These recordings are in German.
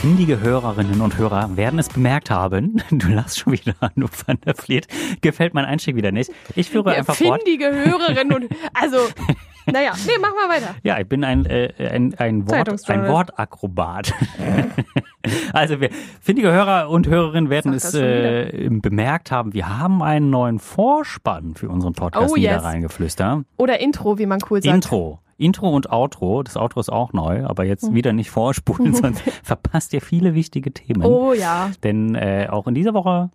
Findige Hörerinnen und Hörer werden es bemerkt haben. Du lachst schon wieder, Anouk van der Vliet. Gefällt mein Einstieg wieder nicht. Ich führe einfach fort. Findige Hörerinnen und. Also, naja, nee, machen wir weiter. Ja, ich bin ein, äh, ein, ein, Wort, Zeitungsjournalist. ein Wortakrobat. also wir, findige Hörer und Hörerinnen werden Sag das es schon äh, bemerkt haben, wir haben einen neuen Vorspann für unseren Podcast Oh, wieder yes. reingeflüster. Oder Intro, wie man cool sagt. Intro. Intro und Outro. Das Outro ist auch neu, aber jetzt Hm. wieder nicht vorspulen, sonst verpasst ihr viele wichtige Themen. Oh ja. Denn äh, auch in dieser Woche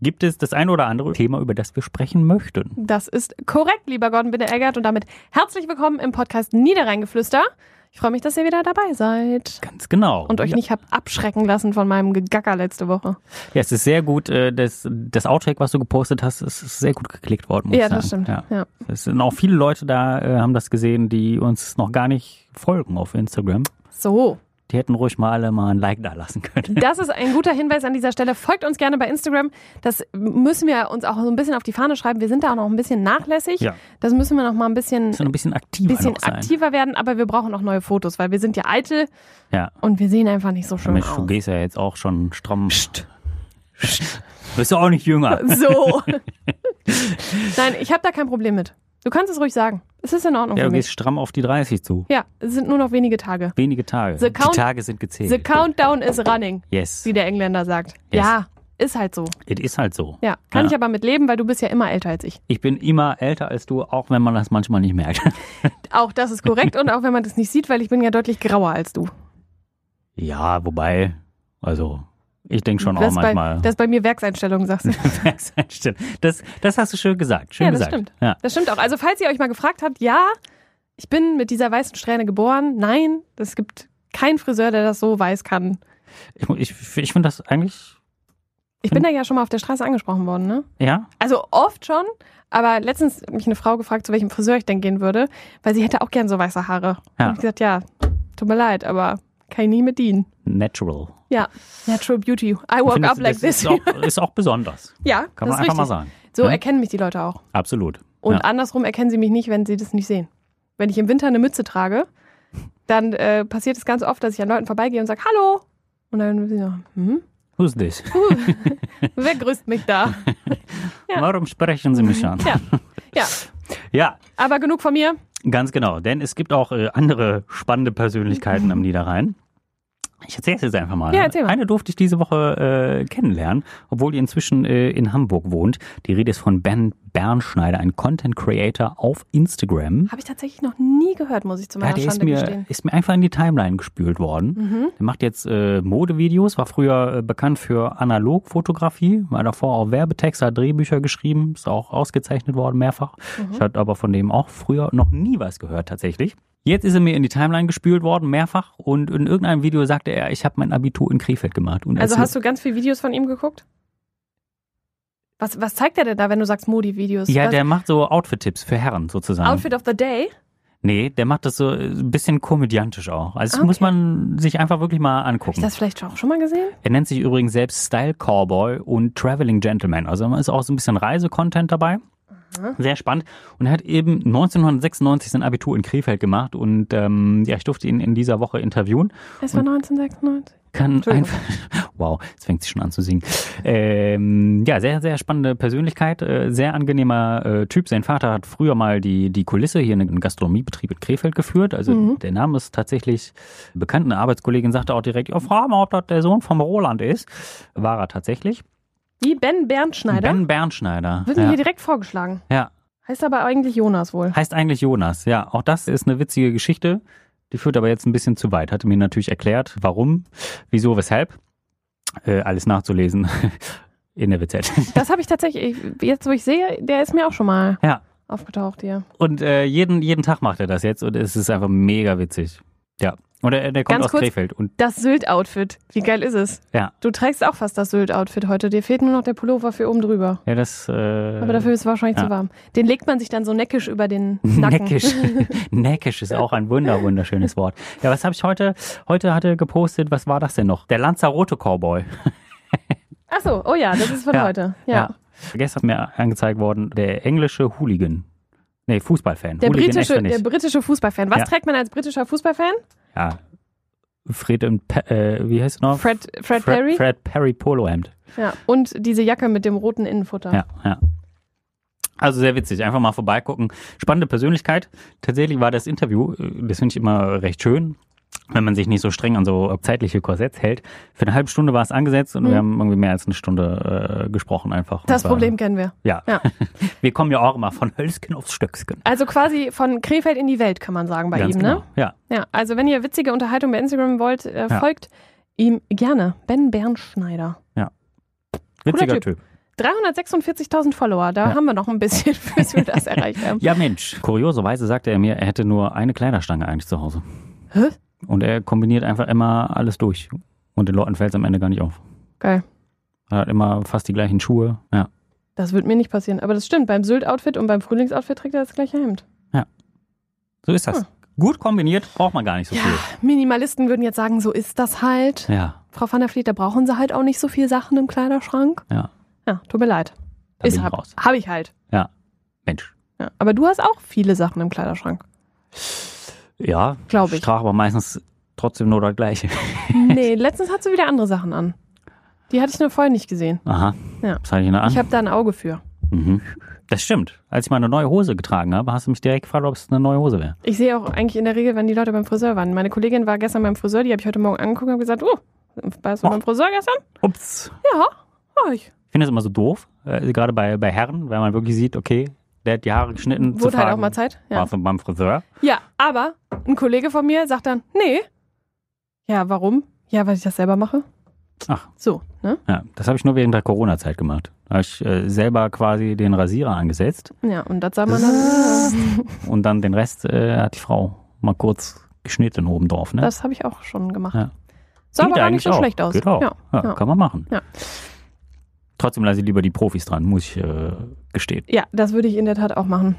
gibt es das ein oder andere Thema, über das wir sprechen möchten. Das ist korrekt, lieber Gordon Bitte-Eggert. Und damit herzlich willkommen im Podcast Niederrheingeflüster. Ich freue mich, dass ihr wieder dabei seid. Ganz genau. Und euch ja. nicht habt abschrecken lassen von meinem Gegacker letzte Woche. Ja, es ist sehr gut. äh, Das, das Outtake, was du gepostet hast, ist ist sehr gut geklickt worden. Muss Ja, ich sagen. das stimmt. Ja. Ja. Es sind auch viele Leute da, äh, haben das gesehen, die uns noch gar nicht folgen auf Instagram. So, Die hätten ruhig mal alle mal ein Like da lassen können. das ist ein guter Hinweis an dieser Stelle. Folgt uns gerne bei Instagram. Das müssen wir uns auch so ein bisschen auf die Fahne schreiben. Wir sind da auch noch ein bisschen nachlässig. Ja. Das müssen wir noch mal ein bisschen, Müssen ein bisschen aktiver bisschen noch sein. aktiver werden. Aber wir brauchen auch neue Fotos, weil wir sind ja eitel Ja. und wir sehen einfach nicht so schön Mensch, du aus. gehst ja jetzt auch schon stramm. Bist du auch nicht jünger. So. Nein, ich habe da kein Problem mit. Du kannst es ruhig sagen. Es ist in Ordnung Ja, für du mich. gehst stramm auf die 30 zu. Ja, es sind nur noch wenige Tage. Wenige Tage. The count- die Tage sind The gezählt. countdown is running, yes. wie der Engländer sagt. Yes. Ja, ist halt so. Es ist halt so. Ja, kann Ja. ich aber mit leben, weil du bist ja immer älter als ich. Ich bin immer älter als du, auch wenn man das manchmal nicht merkt. Auch das ist korrekt und auch wenn man das nicht sieht, weil ich bin ja deutlich grauer als du. ja, wobei, also, ich denke schon das, auch ist bei, manchmal. halt das ist bei mir Werkseinstellung, sagst du. Stimmt. das, das hast du schön gesagt. Schön Ja, das gesagt. stimmt. Ja. Das stimmt auch. Also falls ihr euch mal gefragt habt, ja, ich bin mit dieser weißen Strähne geboren. Nein, es gibt keinen Friseur, der das so weiß kann. Ich, ich, ich finde das eigentlich, Ich Hm. bin da ja schon mal auf der Straße angesprochen worden, ne? ja, Also oft schon, aber letztens hat mich eine Frau gefragt, zu welchem Friseur ich denn gehen würde, weil sie hätte auch gern so weiße Haare. Ja. Und ich gesagt, ja, tut mir leid, aber kann ich nie mit dienen. natural. Ja, Natural Beauty. I Ich walk find, up like das this. ist auch, ist auch besonders. ja, das Kann man ist einfach mal richtig. sagen. Hm? So Ja. erkennen mich die Leute auch. Absolut. Und ja. andersrum erkennen sie mich nicht, wenn sie das nicht sehen. Wenn ich im Winter eine Mütze trage, dann äh, passiert es ganz oft, dass ich an Leuten vorbeigehe und sage, hallo. Und dann sind sie noch, hm? Who's this? Wer grüßt mich da? Ja. Warum sprechen Sie mich an? Ja. Ja, ja, aber genug von mir. Ganz genau, denn es gibt auch äh, andere spannende Persönlichkeiten am Niederrhein. Ich erzähle es jetzt einfach mal. ne? Ja, erzähl mal. Eine durfte ich diese Woche äh, kennenlernen, obwohl die inzwischen äh, in Hamburg wohnt. Die Rede ist von Ben Bernschneider, ein Content Creator auf Instagram. Habe ich tatsächlich noch nie gehört, muss ich zu meiner Ja, der ist Schande mir, gestehen. ist mir einfach in die Timeline gespült worden. Mhm. Der macht jetzt äh, Modevideos, war früher äh, bekannt für Analogfotografie, war davor auch Werbetexte, hat Drehbücher geschrieben, ist auch ausgezeichnet worden mehrfach. Mhm. Ich hatte aber von dem auch früher noch nie was gehört tatsächlich. Jetzt ist er mir in die Timeline gespült worden, mehrfach. Und in irgendeinem Video sagte er, ich habe mein Abitur in Krefeld gemacht. Und Also als- hast du ganz viele Videos von ihm geguckt? Was, was zeigt er denn da, wenn du sagst Modi-Videos? ja, Was- der macht so Outfit-Tipps für Herren sozusagen. Outfit of the Day? nee, der macht das so äh, ein bisschen komödiantisch auch. Also das Okay. muss man sich einfach wirklich mal Habe ich angucken. das vielleicht auch schon mal gesehen? Er nennt sich übrigens selbst Style Cowboy und Traveling Gentleman. Also man ist auch so ein bisschen Reisecontent dabei. Sehr spannend. Und er hat eben 1996 sein Abitur in Krefeld gemacht und ähm, ja, ich durfte ihn in dieser Woche interviewen. Es war 1996. Kann Entschuldigung. einfach. Wow, jetzt fängt sie schon an zu singen. Ähm, ja, sehr, sehr spannende Persönlichkeit, äh, sehr angenehmer äh, Typ. Sein Vater hat früher mal die, die Kulisse hier in einem Gastronomiebetrieb in Krefeld geführt. Also der Name ist tatsächlich bekannt. Eine Arbeitskollegin sagte auch direkt, ja, frag mal, ob das der Sohn vom Roland ist. War er tatsächlich. Wie Ben Bernschneider? Ben Bernschneider. Wird mir Ja. hier direkt vorgeschlagen. ja, Heißt aber eigentlich Jonas wohl. heißt eigentlich Jonas. Ja, auch das ist eine witzige Geschichte. Die führt aber jetzt ein bisschen zu weit. Hatte mir natürlich erklärt, warum, wieso, weshalb. Äh, alles nachzulesen in der WZ. Das habe ich tatsächlich, ich- jetzt wo ich sehe, der ist mir auch schon mal Ja, aufgetaucht hier. und äh, jeden, jeden Tag macht er das jetzt und es ist einfach mega witzig. Ja, Und der, der kommt Ganz aus kurz. Krefeld. Und Das Sylt-Outfit. Wie geil ist es? Ja. Du trägst auch fast das Sylt-Outfit heute. Dir fehlt nur noch der Pullover für oben drüber. ja, das. Äh, Aber dafür ist es wahrscheinlich ja. zu warm. Den legt man sich dann so neckisch über den Nacken. Neckisch. Neckisch ist auch ein wunder, wunderschönes Wort. Ja, was habe ich heute? Heute hatte gepostet, was war das denn noch? Der Lanzarote Cowboy. Ach so, oh ja, das ist von Ja. heute. Ja. Gestern ist mir angezeigt worden, der englische Hooligan. Nee, Fußballfan. Der, Hooligan britische, extra der nicht. britische Fußballfan. Was Ja. trägt man als britischer Fußballfan? ja. Fred und Pe äh, wie heißt er noch? Fred, Fred, Perry. Fred Perry Polohemd. Ja. Und diese Jacke mit dem roten Innenfutter. Ja, ja. Also sehr witzig, einfach mal vorbeigucken. Spannende Persönlichkeit. Tatsächlich war das Interview, äh, das finde ich immer recht schön, wenn man sich nicht so streng an so zeitliche Korsetts hält. Für eine halbe Stunde war es angesetzt und wir haben irgendwie mehr als eine Stunde äh, gesprochen einfach. Und Mhm. Das zwar- Problem kennen wir. Ja. Ja. Wir kommen ja auch immer von Hölzken aufs Stöcksken. Also quasi von Krefeld in die Welt, kann man sagen, bei Ganz ihm, genau. ne? Ja. Ja. Also wenn ihr witzige Unterhaltung bei Instagram wollt, äh, Ja. folgt ihm gerne. Ben Bernschneider. Witziger Typ. typ. 346.000 Follower, da Ja. haben wir noch ein bisschen, bis wir das erreicht haben. Ja, Mensch. Kurioserweise sagte er mir, er hätte nur eine Kleiderstange eigentlich zu Hause. Hä? Und er kombiniert einfach immer alles durch. Und den Leuten fällt es am Ende gar nicht auf. Geil. Er hat immer fast die gleichen Schuhe. Ja. Das wird mir nicht passieren. Aber das stimmt, beim Sylt-Outfit und beim Frühlingsoutfit trägt er das gleiche Hemd. So ist das. Hm. Gut kombiniert, braucht man gar nicht so Ja, Minimalisten würden jetzt sagen, so ist das halt. viel. Ja. Frau van der Vliet, da brauchen sie halt auch nicht so viel Sachen im Kleiderschrank. Ja. Ja, tut mir leid. Da ist bin ich hab, raus. hab ich halt. Mensch. Ja. Aber du hast auch viele Sachen im Kleiderschrank. Ja. Glaub ich. Strach aber meistens trotzdem nur das Gleiche. Nee, letztens hat sie wieder andere Sachen an. Die hatte ich noch vorher nicht gesehen. Aha. Ja. Das hatte ich noch an. Ich habe da ein Auge für. mhm. Das stimmt. Als ich mal eine neue Hose getragen habe, hast du mich direkt gefragt, ob es eine neue Hose wäre. Ich sehe auch eigentlich in der Regel, wenn die Leute beim Friseur waren. Meine Kollegin war gestern beim Friseur, die habe ich heute Morgen angeguckt und habe gesagt, oh, warst du Oh. beim Friseur gestern? Ups. Ja, war ich. Ich finde das immer so doof, äh, gerade bei, bei Herren, wenn man wirklich sieht, okay, der hat die Haare geschnitten. zu Wurde halt auch fragen, mal Zeit. Ja. Warst du beim Friseur? ja, aber ein Kollege von mir sagt dann, nee. Ja, warum? Ja, weil ich das selber mache. Ach. So, ne? Ja, das habe ich nur während der Corona-Zeit gemacht. Da habe ich äh, selber quasi den Rasierer angesetzt Ja, und das soll man dann. und dann den Rest äh, hat die Frau mal kurz geschnitten oben drauf. Ne? Das habe ich auch schon gemacht. Ja. Sah Sieht aber gar eigentlich nicht so auch. schlecht aus. Geht auch. Ja, Ja, ja. Kann man machen. Ja. Trotzdem lasse ich lieber die Profis dran, muss ich äh, gestehen. Ja, das würde ich in der Tat auch machen.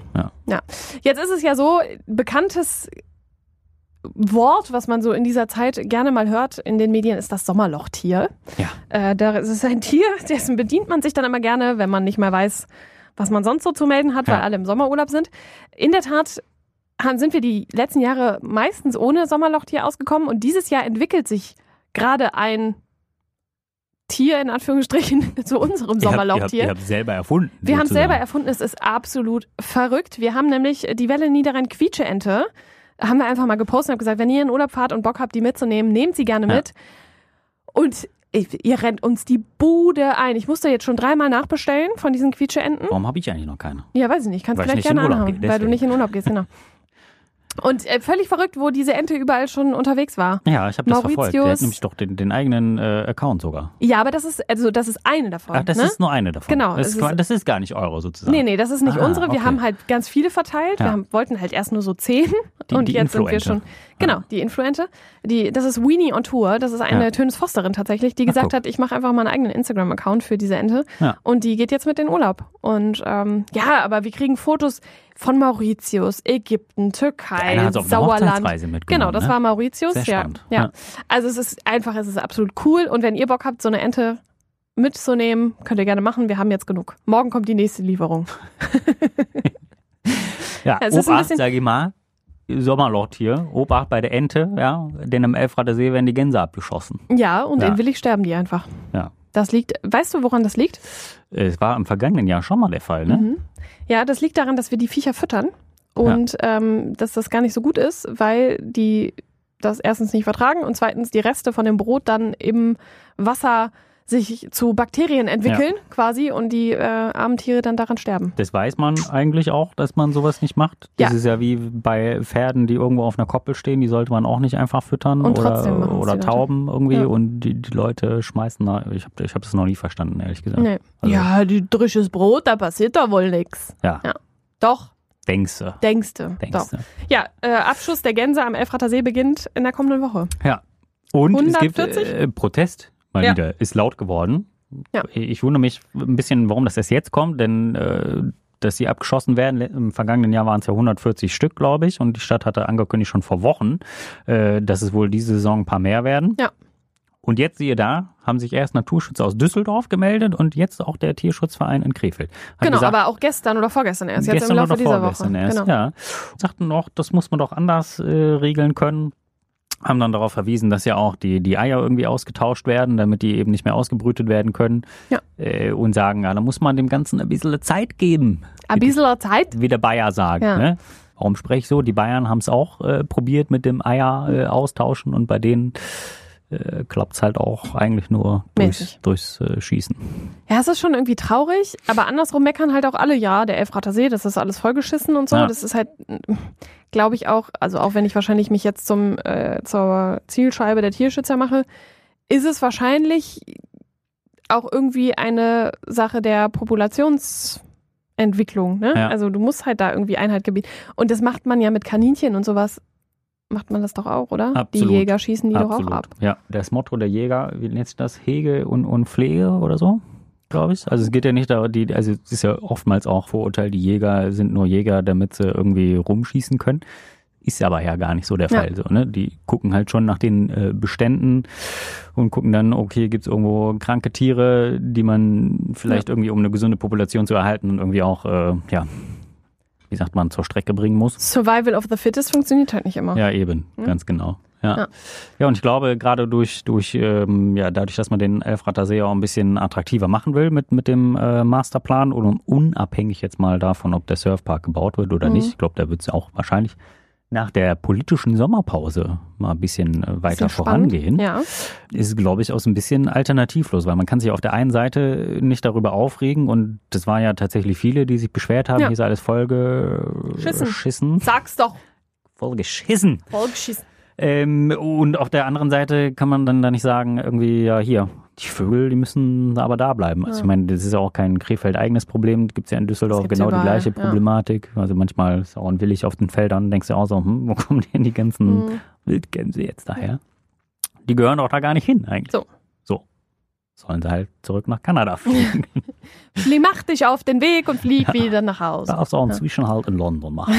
Ja. Jetzt ist es ja so, bekanntes Wort, was man so in dieser Zeit gerne mal hört in den Medien, ist das Sommerlochtier. Ja. Äh, da ist es ein Tier, dessen bedient man sich dann immer gerne, wenn man nicht mehr weiß, was man sonst so zu melden hat, weil Ja. alle im Sommerurlaub sind. In der Tat haben, sind wir die letzten Jahre meistens ohne Sommerlochtier ausgekommen und dieses Jahr entwickelt sich gerade ein Tier in Anführungsstrichen zu unserem Ihr habt, Sommerlochtier. ihr habt, ihr habt selber erfunden. Wir haben es sozusagen. selber erfunden, es ist absolut verrückt. Wir haben nämlich die Welle Niederrhein Quietscheente, haben wir einfach mal gepostet und haben gesagt, wenn ihr in Urlaub fahrt und Bock habt, die mitzunehmen, nehmt sie gerne Ja. mit. Und ich- ihr rennt uns die Bude ein. Ich musste jetzt schon dreimal nachbestellen von diesen Quietscheenten. Warum habe ich eigentlich noch keine? Ja, weiß ich nicht. Kannst Weil ich vielleicht nicht in gerne Urlaub anhaben, gehe, weil du deswegen. nicht in Urlaub gehst, genau. Und äh, völlig verrückt, wo diese Ente überall schon unterwegs war. Ja, ich habe das verfolgt. Der Mauritius. hat nämlich doch den, den eigenen äh, Account sogar. Ja, aber das ist, also das ist eine davon. Ach, das ne? ist nur eine davon. Genau, Das es ist, ist- das ist gar nicht eure sozusagen. Nee, nee, das ist nicht Ah, unsere. Wir okay. haben halt ganz viele verteilt. Wir Ja. haben, wollten halt erst nur so zehn. Die- und die jetzt sind wir schon. Influenter. Genau, die Influente. Die, das ist Weenie on Tour. Das ist eine Ja. Tönes Fosterin tatsächlich, die gesagt guck. hat, ich mache einfach mal einen eigenen Instagram-Account für diese Ente. Ja. Und die geht jetzt mit in Urlaub. Und ähm, ja, aber wir kriegen Fotos von Mauritius, Ägypten, Türkei, Einer hat auf einer Sauerland. Hochzeitsreise mitgenommen. Genau, das ne? war Mauritius. Sehr ja. spannend. ja. Ja. Also es ist einfach, es ist absolut cool. Und wenn ihr Bock habt, so eine Ente mitzunehmen, könnt ihr gerne machen. Wir haben jetzt genug. Morgen kommt die nächste Lieferung. Ja, es ist ein Obacht, bisschen- sage ich mal. Sommerlord hier. Obacht bei der Ente, ja. Denn am Elfrader See werden die Gänse abgeschossen. Ja, und Ja. in Willig sterben die einfach. Ja. Das liegt, weißt du, woran das liegt? Es war im vergangenen Jahr schon mal der Fall, ne? Mhm. Ja, das liegt daran, dass wir die Viecher füttern und ähm, dass das gar nicht so gut ist, weil die das erstens nicht vertragen und zweitens die Reste von dem Brot dann im Wasser sich zu Bakterien entwickeln quasi und die äh, armen Tiere dann daran sterben. Das weiß man eigentlich auch, dass man sowas nicht macht. Das Ja. ist ja wie bei Pferden, die irgendwo auf einer Koppel stehen, die sollte man auch nicht einfach füttern Und trotzdem oder, machen's die oder Leute. Tauben irgendwie Ja. und die, die Leute schmeißen da. Ich habe ich hab das noch nie verstanden, ehrlich gesagt. Nee. Also- ja, die drisches Brot, da passiert da wohl nichts. Ja. Ja. Doch, Denkste. Denkste. Denkste. Ja, äh, Abschuss der Gänse am Elfrater See beginnt in der kommenden Woche. Ja. Und es gibt 140? äh, Protest mal Ja. wieder, ist laut geworden. Ja. Ich wundere mich ein bisschen, warum das erst jetzt kommt, denn äh, dass sie abgeschossen werden, im vergangenen Jahr waren es ja 140 Stück, glaube ich, und die Stadt hatte angekündigt schon vor Wochen, äh, dass es wohl diese Saison ein paar mehr werden. Ja. Und jetzt siehe da, haben sich erst Naturschützer aus Düsseldorf gemeldet und jetzt auch der Tierschutzverein in Krefeld. Hat Genau, gesagt, aber auch gestern oder vorgestern erst. Jetzt im gestern Laufe oder dieser Woche. vorgestern erst, genau. ja. Sagten noch, das muss man doch anders äh, regeln können. Haben dann darauf verwiesen, dass ja auch die, die Eier irgendwie ausgetauscht werden, damit die eben nicht mehr ausgebrütet werden können. Ja. Äh, und sagen, ja, da muss man dem Ganzen ein bisschen Zeit geben, Ein bisschen Zeit. wie der Bayer sagt. Ja. Ne? Warum spreche ich so? Die Bayern haben es auch äh, probiert mit dem Eier äh, austauschen und bei denen äh, klappt es halt auch eigentlich nur durchs, Mäßig. durchs äh, Schießen. Ja, es ist schon irgendwie traurig, aber andersrum meckern halt auch alle, ja, der Elfrater See, das ist alles vollgeschissen und so. Ja. Das ist halt, glaube ich auch, also auch wenn ich wahrscheinlich mich jetzt zum, äh, zur Zielscheibe der Tierschützer mache, ist es wahrscheinlich auch irgendwie eine Sache der Populationsentwicklung. Ne? Ja. Also du musst halt da irgendwie Einheit gebieten. Und das macht man ja mit Kaninchen und sowas. Macht man das doch auch, oder? Absolut. Die Jäger schießen die Absolut. doch auch ab. Ja, das Motto der Jäger, wie nennt sich das? Hege und, und Pflege oder so, glaube ich. Also es geht ja nicht da, die, also es ist ja oftmals auch Vorurteil, die Jäger sind nur Jäger, damit sie irgendwie rumschießen können. Ist aber ja gar nicht so der Ja. Fall. So, ne? Die gucken halt schon nach den äh, Beständen und gucken dann, okay, gibt's irgendwo kranke Tiere, die man vielleicht irgendwie, um eine gesunde Population zu erhalten und irgendwie auch, äh, ja, wie sagt man, zur Strecke bringen muss. Survival of the Fittest funktioniert halt nicht immer. Ja, eben, Ne? ganz genau. Ja. Ja. ja. und ich glaube, gerade durch, durch, ähm, ja, dadurch, dass man den Elfrater See auch ein bisschen attraktiver machen will mit, mit dem äh, Masterplan und unabhängig jetzt mal davon, ob der Surfpark gebaut wird oder Mhm. nicht, ich glaube, da wird es auch wahrscheinlich nach der politischen Sommerpause mal ein bisschen äh, weiter Bisschen spannend. vorangehen Ja. ist, glaube ich, auch so ein bisschen alternativlos, weil man kann sich auf der einen Seite nicht darüber aufregen und das waren ja tatsächlich viele, die sich beschwert haben, Ja. hier ist alles Schissen. vollgeschissen. Sag's doch. Vollgeschissen. Volksschießen. Ähm, und auf der anderen Seite kann man dann da nicht sagen, irgendwie, ja, hier, die Vögel, die müssen aber da bleiben. Also Ja. ich meine, das ist ja auch kein Krefeld-eigenes Problem, gibt es ja in Düsseldorf gibt's genau die überall, gleiche ja. Problematik. Also manchmal ist auch ein Willig auf den Feldern, denkst du auch so, hm, wo kommen denn die ganzen Mhm. Wildgänse jetzt daher? Die gehören doch da gar nicht hin eigentlich. So. So. Sollen sie halt zurück nach Kanada fliegen. Flie, mach dich auf den Weg und flieg wieder nach da Hause. darfst du auch einen Zwischenhalt in London machen.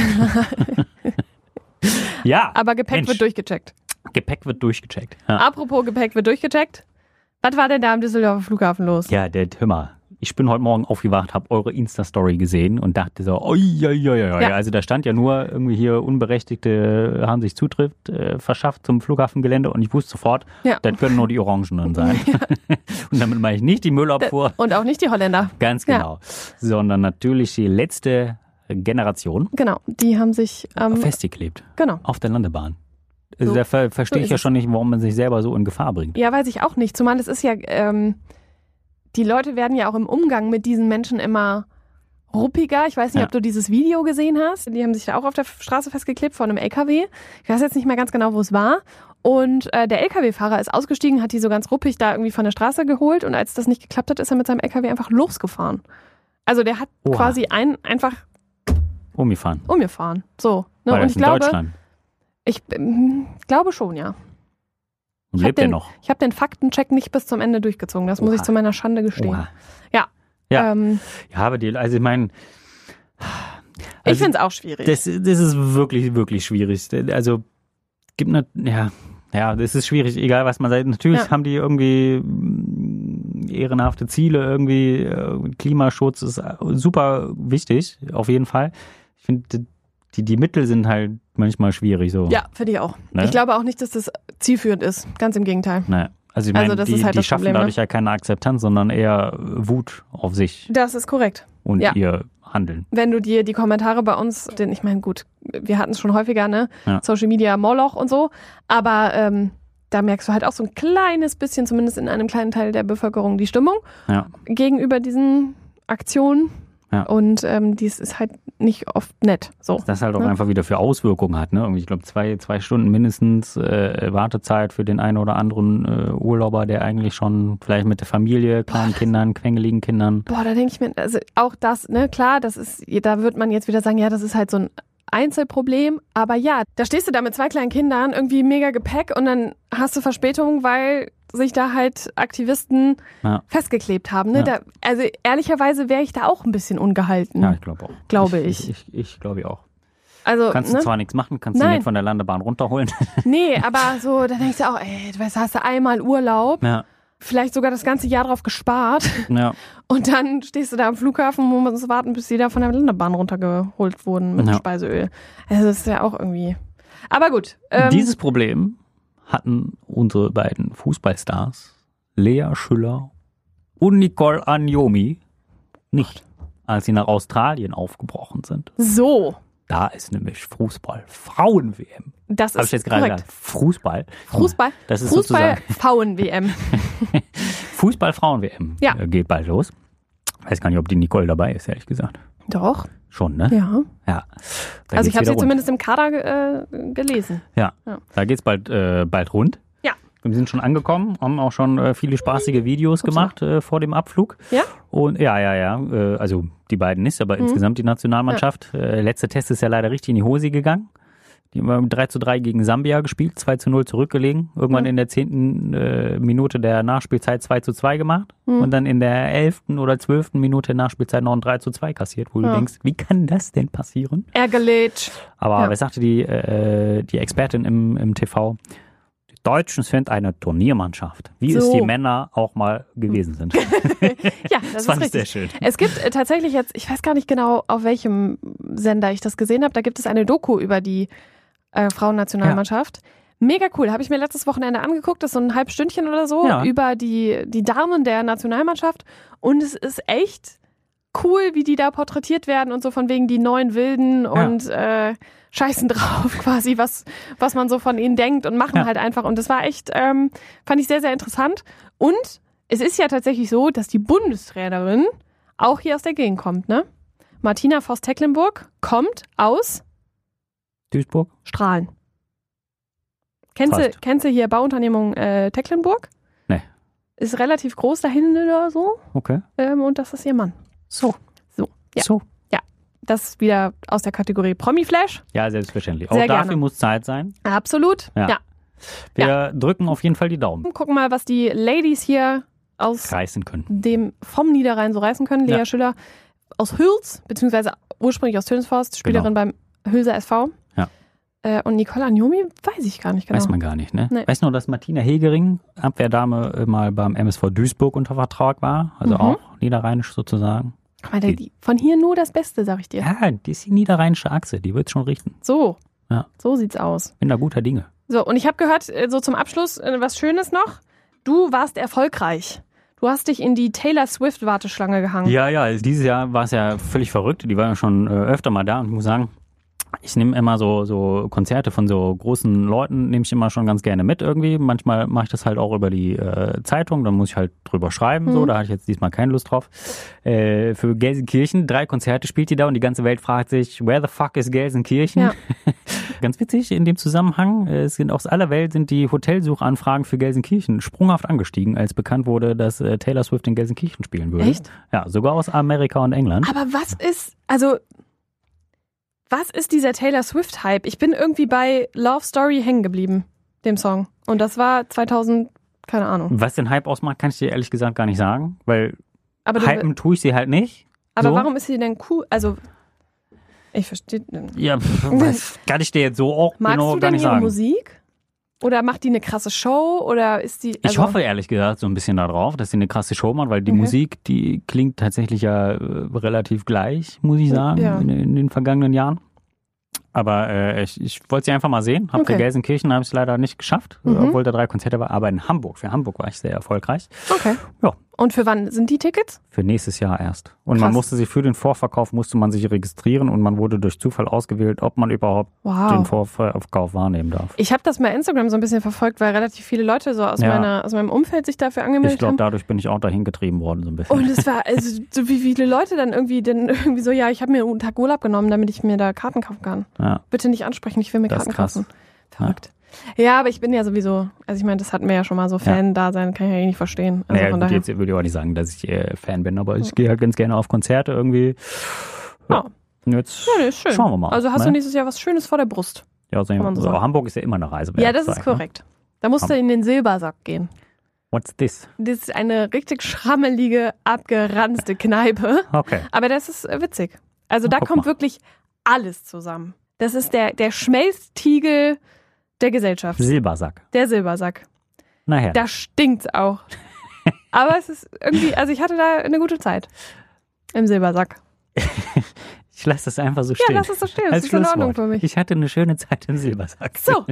ja, Aber Gepäck Mensch. wird durchgecheckt. Gepäck wird durchgecheckt. Ja. Apropos Gepäck wird durchgecheckt. Was war denn da am Düsseldorfer Flughafen los? Ja, der hör mal. Ich bin heute Morgen aufgewacht, habe eure Insta-Story gesehen und dachte so, oi, oi, oi, oi. Ja. also da stand ja nur irgendwie hier Unberechtigte haben sich Zutritt äh, verschafft zum Flughafengelände und ich wusste sofort, Ja. das können nur die Orangenen sein. und damit meine ich nicht die Müllabfuhr, Und auch nicht die Holländer. ganz Äh, Ja. genau, sondern natürlich die letzte Generation Genau, die haben sich. Ähm, festgeklebt genau. auf der Landebahn. Also So. da ver verstehe So ich ist ja es. schon nicht, warum man sich selber so in Gefahr bringt. Ja, weiß ich auch nicht. Zumal es ist ja. Ähm, die Leute werden ja auch im Umgang mit diesen Menschen immer ruppiger. Ich weiß nicht, Ja. ob du dieses Video gesehen hast. Die haben sich da auch auf der Straße festgeklebt vor einem LKW. Ich weiß jetzt nicht mehr ganz genau, wo es war. Und äh, der LKW-Fahrer ist ausgestiegen, hat die so ganz ruppig da irgendwie von der Straße geholt. Und als das nicht geklappt hat, ist er mit seinem LKW einfach losgefahren. Also der hat Oha. quasi einen einfach Umgefahren. umgefahren. So. Ne? War Und das ich in glaube, Deutschland? ich ähm, glaube schon, ja. Und Ich hab lebt er den- noch? Ich habe den Faktencheck nicht bis zum Ende durchgezogen. Das muss Oha. ich zu meiner Schande gestehen. Oha. Ja. Ja. Ähm, Ja, aber die, also ich meine. ich finde es auch schwierig. Also Das, das ist wirklich, wirklich schwierig. Also, gibt eine, ja, ja, das ist schwierig, egal was man sagt. Natürlich Ja. haben die irgendwie mm, ehrenhafte Ziele, irgendwie äh, Klimaschutz ist äh, super wichtig, auf jeden Fall. Ich finde, die, die Mittel sind halt manchmal schwierig so. ja, finde ich auch. Ne? Ich glaube auch nicht, dass das zielführend ist. Ganz im Gegenteil. Naja. Also ich meine, Also das die, ist halt die das schaffen Problem, ne? dadurch ja keine Akzeptanz, sondern eher Wut auf sich Das ist korrekt. und Ja. ihr Handeln. Wenn du dir die Kommentare bei uns, denn ich meine, gut, wir hatten es schon häufiger, ne? Ja. Social Media, Moloch und so, aber ähm, da merkst du halt auch so ein kleines bisschen, zumindest in einem kleinen Teil der Bevölkerung, die Stimmung Ja. gegenüber diesen Aktionen. Ja. Und ähm, dies ist halt nicht oft nett. So. Das halt auch Ne? einfach wieder für Auswirkungen hat. Ne? Irgendwie, Ich glaube, zwei, zwei Stunden mindestens äh, Wartezeit für den einen oder anderen äh, Urlauber, der eigentlich schon vielleicht mit der Familie, kleinen Kindern, quengeligen Kindern. Boah, da denke ich mir, also auch das, ne, klar, das ist, da wird man jetzt wieder sagen, ja, das ist halt so ein Einzelproblem, aber ja, da stehst du da mit zwei kleinen Kindern, irgendwie mega Gepäck und dann hast du Verspätung, weil sich da halt Aktivisten Ja. festgeklebt haben. Ne? Ja. Da, also ehrlicherweise wäre ich da auch ein bisschen ungehalten. Ja, ich glaube auch. Hm. Glaube Ich, ich, ich glaube auch. also, Kannst ne? du zwar nichts machen, kannst du Nein. nicht von der Landebahn runterholen. nee, aber so, da denkst du auch, ey, du weißt, hast du einmal Urlaub, ja, vielleicht sogar das ganze Jahr drauf gespart ja. und dann stehst du da am Flughafen und musst warten, bis die da von der Landebahn runtergeholt wurden mit Ja. Speiseöl. Also das ist ja auch irgendwie. Aber gut. ähm, Dieses Problem hatten unsere beiden Fußballstars Lea Schüller und Nicole Anjomi nicht, als sie nach Australien aufgebrochen sind. so, Da ist nämlich Fußball Frauen-WM. das Habe ich ist jetzt gerade korrekt. gesagt. Fußball. Fußball, Das ist Fußball sozusagen Frauen-WM. Fußball Frauen-WM. Ja. Äh, Geht bald los. Weiß gar nicht, ob die Nicole dabei ist, ehrlich gesagt. Doch, Schon, ne? ja. Ja. Da also ich geht's habe wieder sie rund. zumindest im Kader äh, gelesen. Ja, Ja. da geht's bald, äh, bald rund. Ja. Wir sind schon angekommen, haben auch schon äh, viele spaßige Videos gemacht äh, vor dem Abflug. Ja? Mhm. Und ja, ja, ja. Äh, also die beiden nicht, aber insgesamt die Nationalmannschaft. Äh, letzter Test ist ja leider richtig in die Hose gegangen. Die haben 3 zu 3 gegen Sambia gespielt, 2 zu 0 zurückgelegen. Irgendwann in der 10. Äh, Minute der Nachspielzeit 2 zu 2 gemacht. Mhm. Und dann in der 11. oder 12. Minute der Nachspielzeit noch ein 3 zu 2 kassiert, wo du Ja. denkst, wie kann das denn passieren? Ärgerlich. Aber Ja. was sagte die, äh, die Expertin im, im TV? Die Deutschen sind eine Turniermannschaft, wie es So. die Männer auch mal gewesen sind. Ja, das, Das ist fand ich richtig. sehr schön. Es gibt äh, tatsächlich jetzt, ich weiß gar nicht genau, auf welchem Sender ich das gesehen habe, da gibt es eine Doku über die äh, Frauennationalmannschaft. Mega cool, habe ich mir letztes Wochenende angeguckt, das ist so ein Halbstündchen oder so, Ja. über die, die Damen der Nationalmannschaft. Und es ist echt cool, wie die da porträtiert werden und so von wegen die neuen Wilden und äh, scheißen drauf quasi, was, was man so von ihnen denkt und machen Ja. halt einfach. Und das war echt, ähm, fand ich sehr, sehr interessant. Und es ist ja tatsächlich so, dass die Bundestrainerin auch hier aus der Gegend kommt, ne? Martina Voss-Tecklenburg kommt aus Duisburg? Strahlen. Kennst du, Fast. kennst du hier Bauunternehmung äh, Tecklenburg? Nee. Ist relativ groß da hinten oder so. Okay. Ähm, und das ist ihr Mann. So. So, ja. So. Das ist wieder aus der Kategorie Promi-Flash. Ja, selbstverständlich. Auch Sehr dafür gerne. muss Zeit sein. Absolut. Ja. Ja. Wir drücken auf jeden Fall die Daumen. Gucken mal, was die Ladies hier aus Reißen können. dem vom Niederrhein so reißen können. Lea Ja. Schüller aus Hüls, beziehungsweise ursprünglich aus Tönsforst, Spielerin beim Hülser SV. Genau. Ja. Äh, und Nicole Agnomi weiß ich gar nicht genau. Weiß man gar nicht, ne? Nee. Weiß nur, dass Martina Hegering, Abwehrdame, äh, mal beim MSV Duisburg unter Vertrag war. Also Mhm. auch niederrheinisch sozusagen. Guck mal, der- die, von hier nur das Beste, sag ich dir. Ja, die ist die niederrheinische Achse. Die wird's schon richten. So. Ja. So sieht's aus. Bin da guter Dinge. So, und ich habe gehört, äh, so zum Abschluss äh, was Schönes noch. Du warst erfolgreich. Du hast dich in die Taylor Swift-Warteschlange gehangen. Ja, ja, also dieses Jahr war es ja völlig verrückt. Die war ja schon äh, öfter mal da und ich muss sagen, ich nehme immer so, so Konzerte von so großen Leuten, nehme ich immer schon ganz gerne mit irgendwie. Manchmal mache ich das halt auch über die äh, Zeitung, dann muss ich halt drüber schreiben. Mhm. So, da hatte ich jetzt diesmal keine Lust drauf. Äh, für Gelsenkirchen, drei Konzerte spielt die da und die ganze Welt fragt sich, where the fuck is Gelsenkirchen? Ja. ganz witzig in dem Zusammenhang, äh, es sind aus aller Welt sind die Hotelsuchanfragen für Gelsenkirchen sprunghaft angestiegen, als bekannt wurde, dass äh, Taylor Swift in Gelsenkirchen spielen würde. Echt? Ja, sogar aus Amerika und England. Aber was ist, also, was ist dieser Taylor Swift-Hype? Ich bin irgendwie bei Love Story hängen geblieben, dem Song. Und das war 2000, keine Ahnung. Was den Hype ausmacht, kann ich dir ehrlich gesagt gar nicht sagen, weil Aber, du, hypen tue ich sie halt nicht. aber so. warum ist sie denn cool? Also, ich verstehe. äh, Ja, pf, was kann ich dir jetzt so auch Magst genau du gar denn nicht ihre sagen. Musik? Oder macht die eine krasse Show? Oder ist die. Ich also- Mhm. hoffe ehrlich gesagt so ein bisschen darauf, dass sie eine krasse Show machen, weil die Okay. Musik, die klingt tatsächlich ja äh, relativ gleich, muss ich sagen, Ja. in, in den vergangenen Jahren. Aber äh, ich, ich wollte sie einfach mal sehen. Hab für Okay. Gelsenkirchen habe ich es leider nicht geschafft, Mhm. obwohl da drei Konzerte war. Aber in Hamburg, für Hamburg war ich sehr erfolgreich. Okay. Ja, Und für wann sind die Tickets? Für nächstes Jahr erst. Und man Krass. musste sich für den Vorverkauf musste man sich registrieren und man wurde durch Zufall ausgewählt, ob man überhaupt Wow. den Vorverkauf wahrnehmen darf. Ich habe das bei Instagram so ein bisschen verfolgt, weil relativ viele Leute so aus, Ja. meiner, aus meinem Umfeld sich dafür angemeldet Ich glaube, haben. dadurch bin ich auch dahin getrieben worden so ein bisschen. Und es war, also so wie viele Leute dann irgendwie, dann irgendwie so, ja, ich habe mir einen Tag Urlaub genommen, damit ich mir da Karten kaufen kann. ja. Bitte nicht ansprechen, ich will mir Das ist Karten krass. kaufen. Verrückt. Ja. aber ich bin ja sowieso, also ich meine, das hatten wir ja schon mal so Fan-Dasein, kann ich ja eh nicht verstehen. Also naja, von gut, daher. jetzt will ich auch nicht sagen, dass ich äh, Fan bin, aber ich gehe halt ganz gerne auf Konzerte irgendwie. Ja. Und Jetzt Ah. Ja, nee, ist schön. schauen wir mal. Also hast du ne? nächstes Jahr was Schönes vor der Brust. Ja, so, kann man so so, sagen. also Hamburg ist ja immer eine Reise. wert, ja, das ist sag ich, ne? korrekt. Da musst du in den Silbersack gehen. What's this? Das ist eine richtig schrammelige, abgeranzte Kneipe. Okay. Aber das ist äh, witzig. Also da Guck kommt mal. wirklich alles zusammen. Das ist der, der Schmelztiegel der Gesellschaft. Silbersack. der Silbersack. Naja. Da stinkt's auch. Aber es ist irgendwie, also ich hatte da eine gute Zeit. Im Silbersack. Ich lasse das einfach so Ja, stehen. lass es so stehen. Das Als ist in Ordnung Schlusswort. für mich. Ich hatte eine schöne Zeit im Silbersack. So,